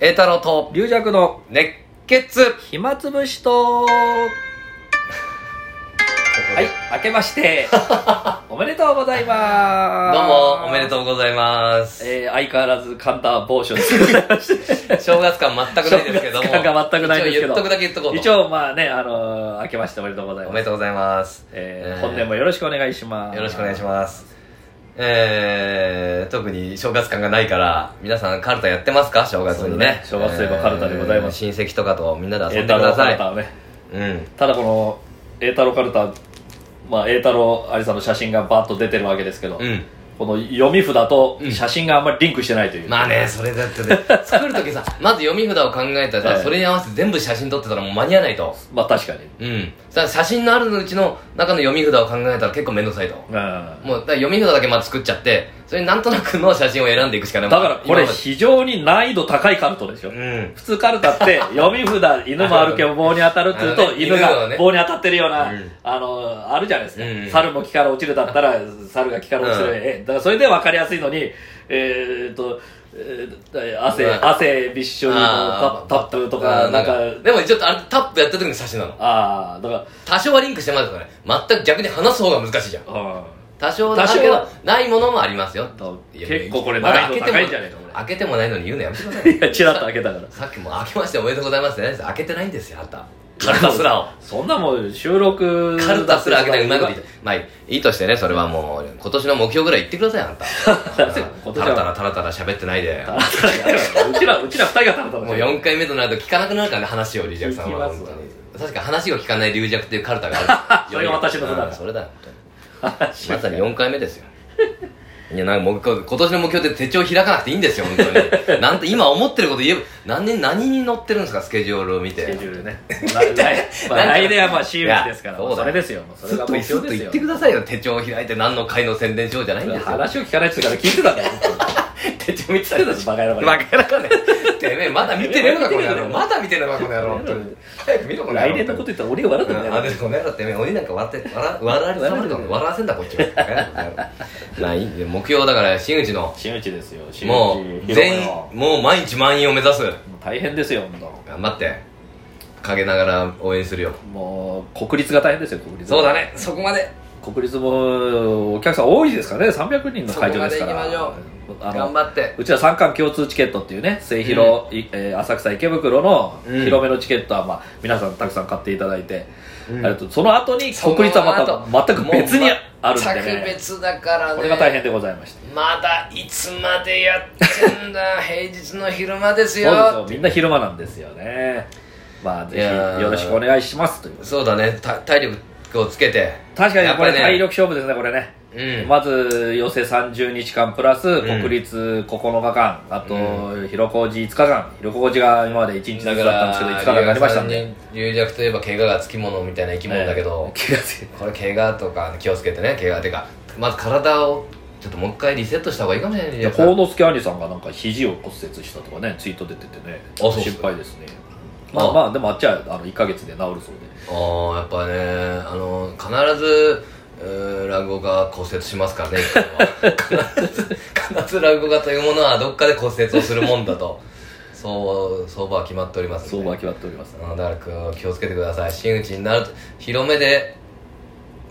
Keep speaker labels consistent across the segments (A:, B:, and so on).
A: 栄太郎と
B: 龍尺の
A: 熱血
B: 暇つぶしとは
A: はい
B: い明けまして おめでとうござい
A: ど
B: ます
A: うもおめで
B: う
A: とうございます、
B: えー、相変わらず簡単某所でございまして
A: 正月感全くないですけども
B: 正月感が全くないですけ
A: 一
B: ど
A: 応言っとくだけ言っとこうと
B: 一応まあねあのー、明けましておめでとうござい
A: お
B: ます
A: めでとうございます、
B: えー
A: えー
B: 本年もよろしくお願いします
A: よろしくお願いし
B: す
A: ますえー、特に正月感がないから皆さんカルタやってますか正月にね
B: そうだね正月といえばカルタでございます
A: えー親戚とかとみんなで遊
B: 栄
A: んで
B: 太
A: く
B: 郎
A: だ
B: カ
A: さ
B: ルタ
A: い
B: はね
A: うん
B: ただこの栄太郎カルタまあ栄太郎ありさんの写真がバーッと出てるわけですけど、
A: うん
B: この読み札と写真があんまりリンクしてないという、
A: まあねそれだってね作る時さまず読み札を考えたらさ、
B: はい
A: それに合わせて全部写真撮ってたらもう間に合わないと
B: まあ確かに
A: うんさ写真のあるのうちの中の読み札を考えたら結構面倒くさいと
B: うんだ
A: もうだから読み札だけまず作っちゃってそれになんとなくの写真を選んでいくしかない
B: からこ
A: 今
B: れ
A: ま
B: 非常に難易度高いカルトでしょ、
A: でうん
B: 普通カル タって読み札犬も歩けば棒に当たるっていう
A: あ
B: と
A: のね
B: 犬
A: 犬の
B: が
A: ね
B: 棒に当たってるような、
A: うん
B: あのあるじゃないですか、
A: うんうん
B: 猿も木から落ちるだったら猿が木から落ちる、
A: うん
B: えだからそれで分かりやすいのにえー、っとえー汗、
A: うん
B: 汗びっしょりの
A: あ
B: タ
A: ー
B: タップとか、
A: あー
B: なんか、
A: でもちょっとあれタップやった時の写真なの
B: ああ、だか
A: 多少はリンクしてますからね全く逆に話す方が難しいじゃん
B: ら、うん、
A: 多少
B: 多
A: だ
B: 少
A: け
B: は
A: どないものもありますよいや
B: 結構これ
A: まだ
B: 難易度高いんじゃないのこれ
A: 開けてもないのに言うのやめてください
B: いやチラッと開けたから
A: さっきも開けましておめでとうございますじゃないです開けてないんですよあんたカルタすらを
B: そんなもん収録
A: カルタすら開けないうまいこと言って まあいいとしてねそれはもう今年の目標ぐらい言ってくださいあん た
B: 今年
A: タラ
B: は
A: タラタラタラ喋ってない で
B: うちらうちら二人が食べたの
A: もう4回目となると聞かなくなるからね話を龍尺さんは
B: 聞き
A: 本
B: ます
A: 当に確か話を聞かない龍尺っていうカルタがある
B: それが私の札だ
A: うんそれだよ本当に
B: 話
A: まさに4回目ですよ いやなんかもうこ今年の目標で手帳開かなくていいんですよ本当に なんて今思ってること言えば何年何に載ってるんですかスケジュールを見
B: スケ
A: て
B: ジュールねまあ来まあ来年はまあ CM ですから
A: いやそうだよ
B: もうそれですよもうそ
A: ず
B: れ
A: っ
B: が
A: と
B: 目
A: ずっ
B: 標
A: と
B: です
A: 言っ
B: よ
A: てくださいよ手帳を開いて何の会の宣伝しようじゃないんですよ
B: 話を聞かないっつうから聞いてたんだよ
A: 手帳見てた
B: 聞
A: りだ
B: いてたんで
A: し
B: すバカ野郎
A: バカ野郎ねてめえまだ見てねえのかこの野郎 まだ見てねえのかこの 野郎本当に早く見ろこの野郎
B: 来年のこと言ったら俺が笑ったんだ
A: あで
B: よ
A: もこの野郎ってめえ鬼なんか笑って笑笑われてるの笑わせんだこっちは ないんで目標だから真打ちの
B: 新内ですよ新
A: もう
B: 内
A: 全員もう毎日満員を目指す
B: 大変ですよ本
A: 頑張って陰ながら応援するよ
B: 当もう国立が大変ですよ国立
A: そうだねそこまで
B: 国立もお客さん多いですからね300人の会場ですから
A: そこまで行
B: きまし
A: 頑張って
B: うちは三冠共通チケットっていうね末広、いえー浅草池袋の
A: うん
B: 広めのチケットは、まあ、皆さんたくさん買っていただいて、
A: うん
B: ありがとうその後に国立はまた全く別にあるんで、
A: もう全く
B: ね、
A: 別だからね
B: これが大変でございました
A: まだいつまでやってん だ平日の昼間です
B: そうですよ
A: よ
B: みんな昼間なんですよねまあぜ
A: いやー
B: ひよろしくお願いしますという
A: そうだねた体力をつけて
B: 確か
A: や
B: に
A: っ
B: こ
A: ぱ
B: れ
A: りね
B: 体力勝負ですねこれね
A: うん
B: まず寄せ30日間プラス
A: ん
B: 国立9日間、あと広小路5日間広小路が今まで1日ずつだ
A: だ
B: っ
A: か
B: たんですけど5日間になりましたん
A: ら
B: で
A: 龍弱といえば怪我がつきものみたいな生き物だけど、
B: ええ気がつい
A: これ怪我とか気をつけてね怪我てかまず体をちょっともう一回リセットした方がいいかもしれないね
B: いや幸之助兄さんがなんか肘を骨折したとかねツイート出ててね
A: そうっす
B: 心配ですねま
A: あ
B: あまあでもあっちはあの1か月で治るそうで
A: ああやっぱねあの必ずえー落語家骨折しますからね一回は必ず必ず落語家というものはどっかで骨折をするもんだとそう相場は決まっておりますんで
B: 相場は決まっております
A: うんだからく気をつけてください真打ちになると広めで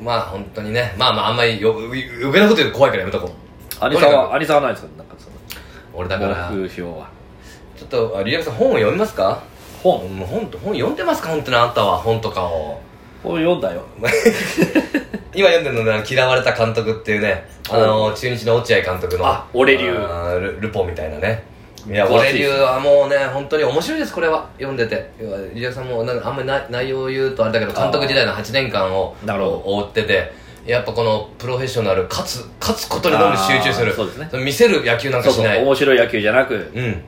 A: まあ本当にねまあまああんまりよ上のこと言うと怖いからやめとこう
B: 兄さん
A: とにか
B: は兄さんはないですかなんかその
A: 俺だから
B: 目標は
A: ちょっとあリラックスさん本を読みますか
B: 本
A: 本本と本読んでますか本当にあんたは本とかを
B: 本読んだよ
A: 今読んでるのが「嫌われた監督」っていうねあの中日の落合監督の
B: あ俺流
A: あールルポみたいなねいや
B: 詳し
A: 俺
B: い
A: 流はもうね本当に面白いですこれは読んでていやリアクさんもなんかあんまりな内容を言うとあれだけど
B: あー
A: 監督時代の8年間を
B: なるほど
A: 追っててやっぱこのプロフェッショナル勝つ勝つことにどんどん集中する
B: あーそうですね
A: 見せる野球なんか
B: そう
A: し
B: そう
A: ない
B: 面白い野球じゃなく
A: うん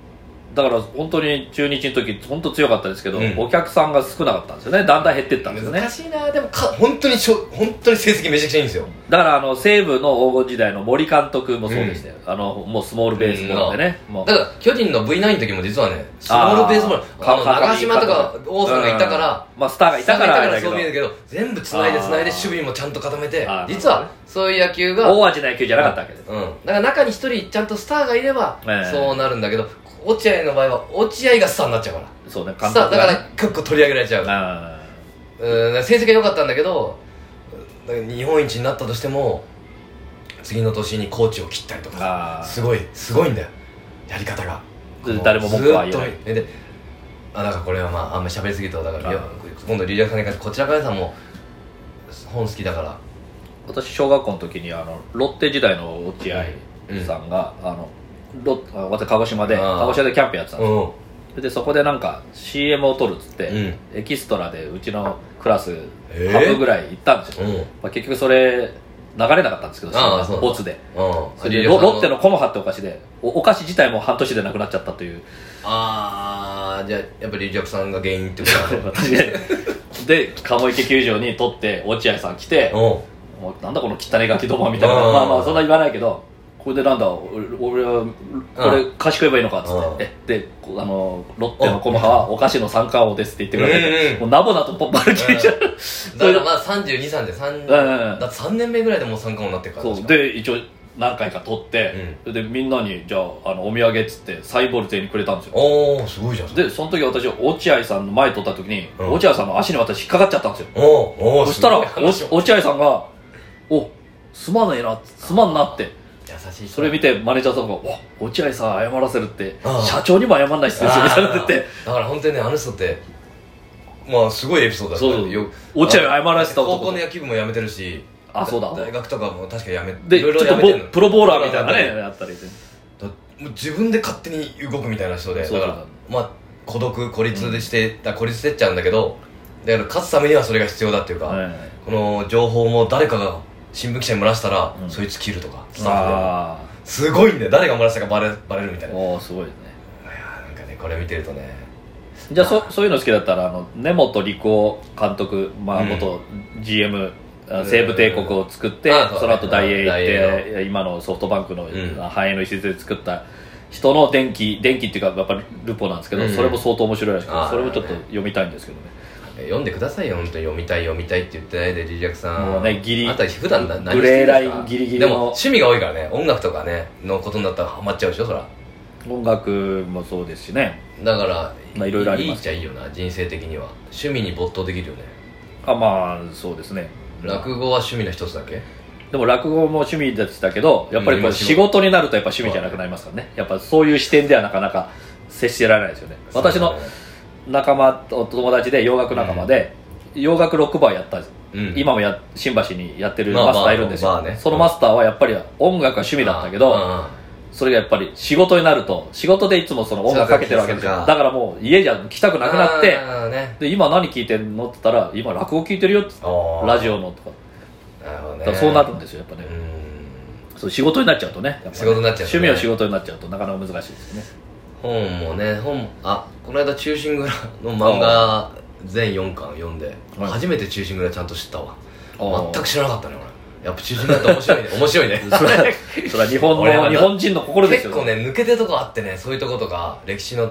B: だから本当に中日の時本当強かったですけど、
A: うん
B: お客さんが少なかったんですよねだんだん減ってったんですね
A: 難しいなでもか本当にしょ本当に成績めちゃくちゃいいんですよ
B: だからあの西武の黄金時代の森監督もそうでしたよ、あのもうスモールベースボールでね、もう
A: だから巨人の V9 の時も実はねスモールベースボールあの長島とか王さんがいたから、
B: うんまあ、スターがいたからあれだけ
A: そ
B: ど
A: う見えるけど全部つないでつないで
B: あー
A: 守備もちゃんと固めて
B: あー
A: 実はそういう野球が、うん、
B: 大味な野球じゃなかったわけです、
A: だから中に一人ちゃんとスターがいれば
B: ええ
A: そうなるんだけど、落合の場合は落合がスターになっちゃうから
B: そうね
A: スターだから
B: ね
A: 結構取り上げられちゃう
B: あ
A: うん成績は良かったんだけどだから日本一になったとしても次の年にコーチを切ったりと
B: ー
A: か
B: あ
A: すごいすごいんだよやり方が
B: で誰も文句は言わない
A: ずっとであなんかこれはまああんまり喋りすぎるとだから
B: あ
A: いや今度リリアさんに関してこちらからさんも本好きだから
B: 私小学校の時にあのロッテ時代の落合さんが、あのロッあ私鹿児島で
A: あー
B: 鹿児島でキャンプやってたん
A: う
B: で
A: ん
B: すでそこでなんか CM を撮るっつって、
A: うん
B: エキストラでうちのクラス
A: えー
B: 半分ぐらい行ったんですよ、
A: うん
B: まあ、結局それ流れなかったんですけど
A: あーそうなんだ
B: ボツでそ
A: うん
B: れでロロッテのコノハってお菓子でおお菓子自体も半年でなくなっちゃった という
A: ああじゃあやっぱりリリアさんが原因ってことだね
B: で鴨池球場に撮って落合さん来て
A: うん
B: もうなんだこの汚いガキどもみたいな
A: うん
B: まあまあそんな言わないけどこれでなんだ俺俺は俺
A: う
B: 貸し食えばいいのかっつ
A: うん
B: ってえでこあのロッテのこの葉はお菓子の三冠王ですって言ってくれ
A: うん
B: て
A: うん
B: もうナボナとポッパルキリじゃん
A: だからまあ32歳で3、
B: うんうん
A: だって3年目ぐらいでもう三冠王になってるから
B: そうで一応何回か撮ってでみんなにじゃああのお土産っつってサイボルテにくれたんですよ
A: おおすごいじゃん
B: でその時私落合さんの前撮った時に
A: うん
B: 落合さんの足に私引っかかっちゃったんですよ
A: おーおー
B: そしたら、
A: すごい話
B: お落合さんが、お、すまないな、すまんなって。
A: 優しい人
B: それ見て、マネージャーさんが、お、落合さん謝らせるって
A: ああ、
B: 社長にも謝んないっすよ、みたいなってて、
A: だから本当にねあの人ってまあすごいエピソードだった
B: そうそう
A: よ
B: 落合謝らせた
A: 高校
B: 男
A: の。野球部も辞めてるし
B: あ、そうだ。
A: 大学とかも確か辞め
B: で、
A: い
B: ち
A: ろい
B: ょっ
A: ろ
B: と
A: 辞めてん
B: ボ
A: の
B: プロボーラーみたいな
A: だ
B: ね、あったりで。
A: だもう自分で勝手に動くみたいな人で
B: そう
A: だ
B: そう
A: からまあ孤独孤立でして、だから孤立してっちゃうんだけどだから勝つためにはそれが必要だっていうか、
B: はい
A: この情報も誰かが新聞記者に漏らしたら、
B: うん
A: そいつ切るとかスタッフです
B: あ
A: すごいんだよ誰が漏らしたかバレバレるみたい
B: あ、
A: ない
B: おーすごいですね。
A: やなんかねこれ見てるとね
B: じゃあ、そそういうの好きだったら、あの、根本理工監督、まあ、
A: うん
B: 元 GM、あ西武帝国を作って
A: あそう、
B: その後大英行
A: 大英
B: って、今のソフトバンクの
A: ん
B: 繁栄の礎で作った人の電気、電気っていうか、やっぱりルポなんですけど、
A: うん
B: それも相当面白いらしく
A: あ
B: て、
A: ー
B: それもちょっと読みたいんですけどね。
A: え読んでくださいよ本当に読みたい読みたいって言ってないでリリアクさん
B: もうねギリ
A: あんた普段な何してるんですか
B: グレーラインギリギリの
A: でも趣味が多いからね音楽とかねのことになったらハマっちゃうでしょそら
B: 音楽もそうですしね。
A: だから、
B: まあいろいろあります
A: いっちゃいいよな人生的には趣味に没頭できるよね
B: あ、まあ、そうですね。
A: 落語は趣味の一つだけ
B: でも落語も趣味でしたけど、やっぱりこ
A: う
B: うん仕事になるとやっぱ趣味じゃなくなりますからね。やっぱそういう視点ではなかなか接してられないですよね。私の仲間と友達で洋楽仲間で、洋楽ロックバーやったんです、
A: うん
B: 今もや新橋にやってる
A: まあ
B: マスターいるんですよ、
A: まあまあね
B: そのマスターはやっぱり音楽が趣味だったけど、
A: あ
B: それがやっぱり仕事になると仕事でいつもその音楽かけてるわけですよ
A: そうか
B: だからもう家じゃ来たくなくなって
A: あーね
B: で今何聞いてんのって言ったら今落語聞いてるよってラジ
A: オ
B: オのとか
A: なるほど
B: だ
A: ね
B: からそうなるんですよやっぱ
A: う
B: ね、
A: ん
B: そう仕事になっちゃうとねやっぱね
A: 仕事になっちゃうとね
B: 趣味を仕事になっちゃうとなかなか難しいですよね
A: 本もね本もあこの間「忠臣蔵」の漫画全4巻読んで、
B: はい
A: 初めて「忠臣蔵」ちゃんと知ったわ
B: あー
A: 全く知らなかったね俺やっぱ忠臣蔵って面 白いね面白いね
B: それはそれは日本
A: 俺は
B: の日本人の心です
A: 結
B: よ
A: 構ね抜けてるとこあってねそういうとことか歴史の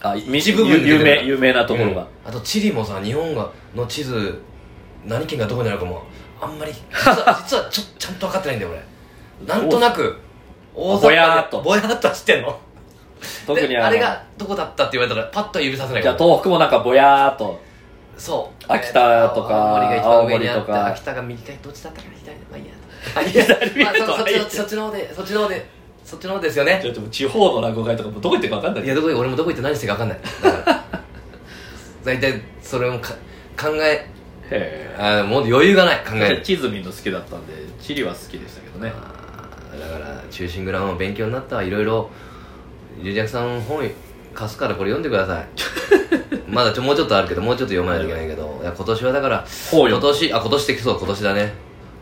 B: あ
A: 一部分で
B: 有有
A: 出て
B: 名
A: る
B: 有名なところ
A: う
B: が、
A: んあと地理もさ日本がの地図何県がどこにあるかもあんま り実は実はちょちゃんと分かってないんだよ俺なんとなく大
B: ぼやーっと
A: ぼやーっとは知ってんの
B: 特に
A: で
B: あの
A: あれがどこだったって言われたらパッと指させない
B: じゃあ東北もなんかぼやーっと
A: そう
B: 秋田とか
A: えーと青森が一番上にあっ
B: 青森とか
A: て秋田が右かどっちだったかな左まあいいやあいいや
B: 左
A: まあそ
B: 右と
A: そっちのそっちの方でそっちの方でそっちの方ですよね
B: ちょっともう地方の落語会とかもどこ行ってるか分かんない
A: いやどこ俺もどこ行って何してるか分かんないだから大体それもか考え
B: へ
A: あーもう余裕がない考え
B: え
A: る
B: 地図見るの好きだったんで地理は好きでしたけどね
A: あーだから中心蔵も勉強になったわいろいろ龍尺さん本貸すからこれ読んでくだ さいまだちょもうちょっとあるけどもうちょっと読まないといけないけどいや今年はだから
B: 本を読
A: 今
B: む
A: 年あ今年ってそう今年だね、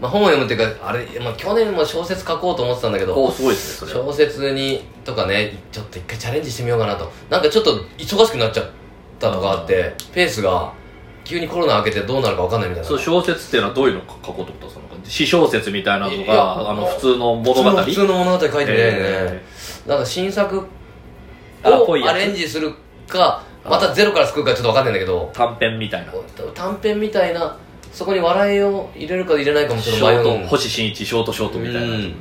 A: まあ、本を読むっていうかあれ、まあ、去年も小説書こうと思ってたんだけ
B: お
A: ど
B: すごいですねそれ
A: 小説にとかねちょっと一回チャレンジしてみようかなとなんかちょっと忙しくなっちゃったのがあってペースが急にコロナ明けてどうなるか分かんないみたいな
B: そう小説っていうのはどういうの書こうと思ったんですか詩小説みたいなの
A: いや
B: があの普通の物
A: 普通
B: 語
A: の普通の物語書いてないね、
B: え
A: なんか新作
B: あぽ
A: を
B: いやつ
A: アレンジするかまたゼロから作るかちょっと分かんないんだけど
B: ー短編みたいな
A: 短編みたいなそこに笑いを入れるか入れないかもちょっ
B: シ
A: と
B: ョ
A: 迷
B: ー
A: う
B: ト星新一ショートショートみたいな
A: うん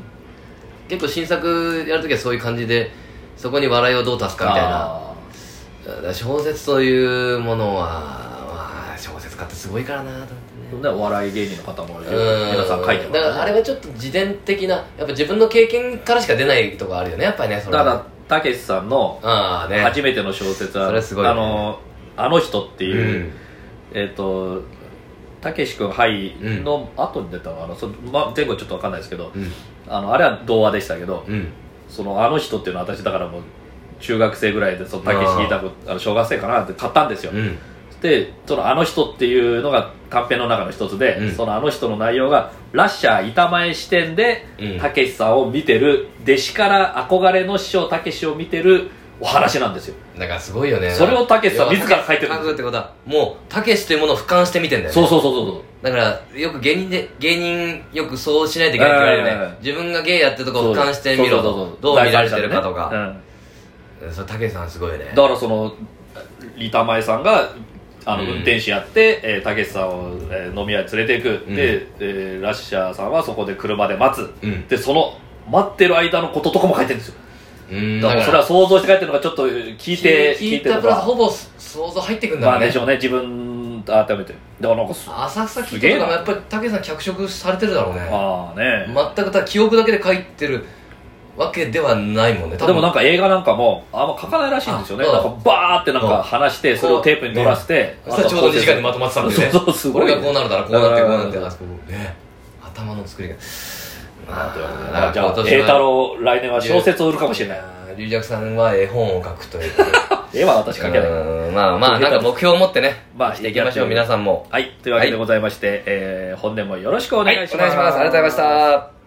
A: 結構新作やるときはそういう感じでそこに笑いをどう足すかみたいな
B: あ
A: だから小説というものは、まあ、小説家ってすごいからなと思ってね
B: ーねお笑い芸人の方も
A: う
B: 皆さん書いてます
A: だからあれはちょっと自伝的なやっぱ自分の経験からしか出ないとこあるよねやっぱりねそれ
B: だ
A: は
B: からたけしさんの
A: ああね
B: 初めての小説は、
A: それすごいね
B: あのあの人って
A: う
B: いう、
A: ん
B: えっ、とたけし君はいの後に出たのかな、そま、前後ちょっと分かんないですけど
A: うん
B: あのあれは童話でしたけど、
A: うん
B: そのあの人っていうのは私だからもう中学生ぐらいでそのたけし聞いたことあの小学生かなって買ったんですよ、
A: うん
B: でそのあの人っていうのが短編の中の一つで、
A: うん
B: そのあの人の内容がラッシャー板前視点で
A: うん
B: たけしさんを見てる弟子から憧れの師匠たけしを見てるお話なんですよ
A: だからすごいよね
B: それをたけしさん自ら書いてる
A: 書くってことはもうたけしというものを俯瞰して見てんだよね
B: そうそうそうそう
A: だからよく芸人で芸人よくそうしないといけないって言われる
B: はいはい
A: ね
B: はい
A: 自分が芸やってると
B: そう
A: こを俯瞰してみろ
B: そうそうそう
A: とどう見られてるかとか、
B: うん
A: それたけしさんすごいよね
B: だからその板前さんがあの
A: うん
B: 運転手やってえーたけしさんをえー飲み屋に連れていく、
A: うん
B: で、えーラッシャーさんはそこで車で待つ
A: うん
B: でその待ってる間のこととかも書いてるんですよ
A: うん
B: だからそれは想像して書いてるのがちょっと聞いて
A: 聞い
B: てる
A: た
B: の
A: プラス
B: が
A: ほぼ想像入ってくんだ
B: ま
A: ろ
B: あ
A: うね
B: でしょうね自分改めてだからなんかすあ
A: 浅草キ
B: す
A: ッ
B: げ
A: ド
B: え
A: と
B: な
A: かもやっぱりたけしさん脚色されてるだろうね
B: あね、
A: 全くただ記憶だけで書いてるわけではないもんね多
B: で
A: 分
B: もなんか映画なんかもあんま書かないらしいんですよね
A: あ
B: なん
A: そ
B: かバーってなんか話してそれをテープに取らせて
A: そしたらちょうど2時間にまとまってたんでね
B: そうそうすごいね
A: 俺がこうなるだらこうなってこうなって
B: うん
A: あそこね頭の作りが
B: まあというわけ
A: だ
B: でじ
A: から
B: ゃ
A: 今年
B: あ
A: は
B: 栄太郎来年は小説を売るかもしれない
A: いや龍尺さんは絵本を書くということで
B: 絵は私書けな い
A: うんまあまあなんか目標を持ってね
B: まあ
A: していきましょう皆さんも
B: はいというわけでございまして、えー本年もよろしくお
A: は
B: 願
A: い
B: いしま
A: お願い
B: す、
A: しますありがとうございました